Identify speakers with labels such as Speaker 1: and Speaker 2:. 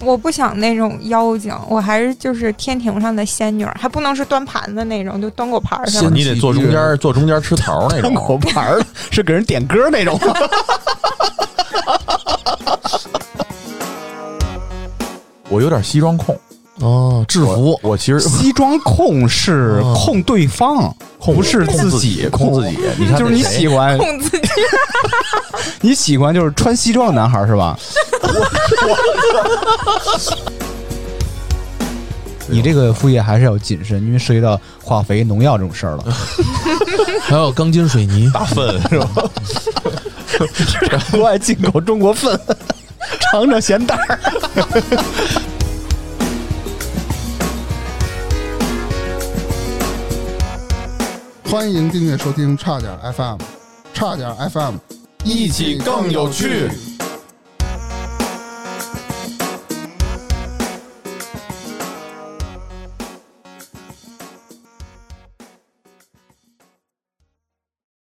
Speaker 1: 我不想那种妖精，我还是就是天庭上的仙女儿，还不能是端盘子那种，就端果盘儿上
Speaker 2: 仙
Speaker 1: 的。
Speaker 2: 女
Speaker 3: 你得坐中间，坐中间吃桃那
Speaker 2: 当果
Speaker 3: 种。
Speaker 2: 盘儿了，是给人点歌那种。啊
Speaker 3: 我有点西装控，
Speaker 4: 哦，制服
Speaker 3: 我我其实
Speaker 2: 西装控是
Speaker 4: 哦
Speaker 2: 控对方，
Speaker 3: 控
Speaker 2: 不是
Speaker 3: 控自
Speaker 2: 己
Speaker 3: 控自己。你看那谁，
Speaker 2: 就是你喜欢
Speaker 1: 控自己，
Speaker 2: 你喜欢就是穿西装的男孩儿 是吧？你这个副业还是要谨慎，因为涉及到化肥、农药这种事儿了。
Speaker 4: 还有钢筋水泥，
Speaker 3: 大 粪是吧？
Speaker 2: 国外进口中国粪， 尝尝咸淡儿。
Speaker 5: 欢迎订阅收听差点 FM，差点 FM，
Speaker 3: 一起更有趣。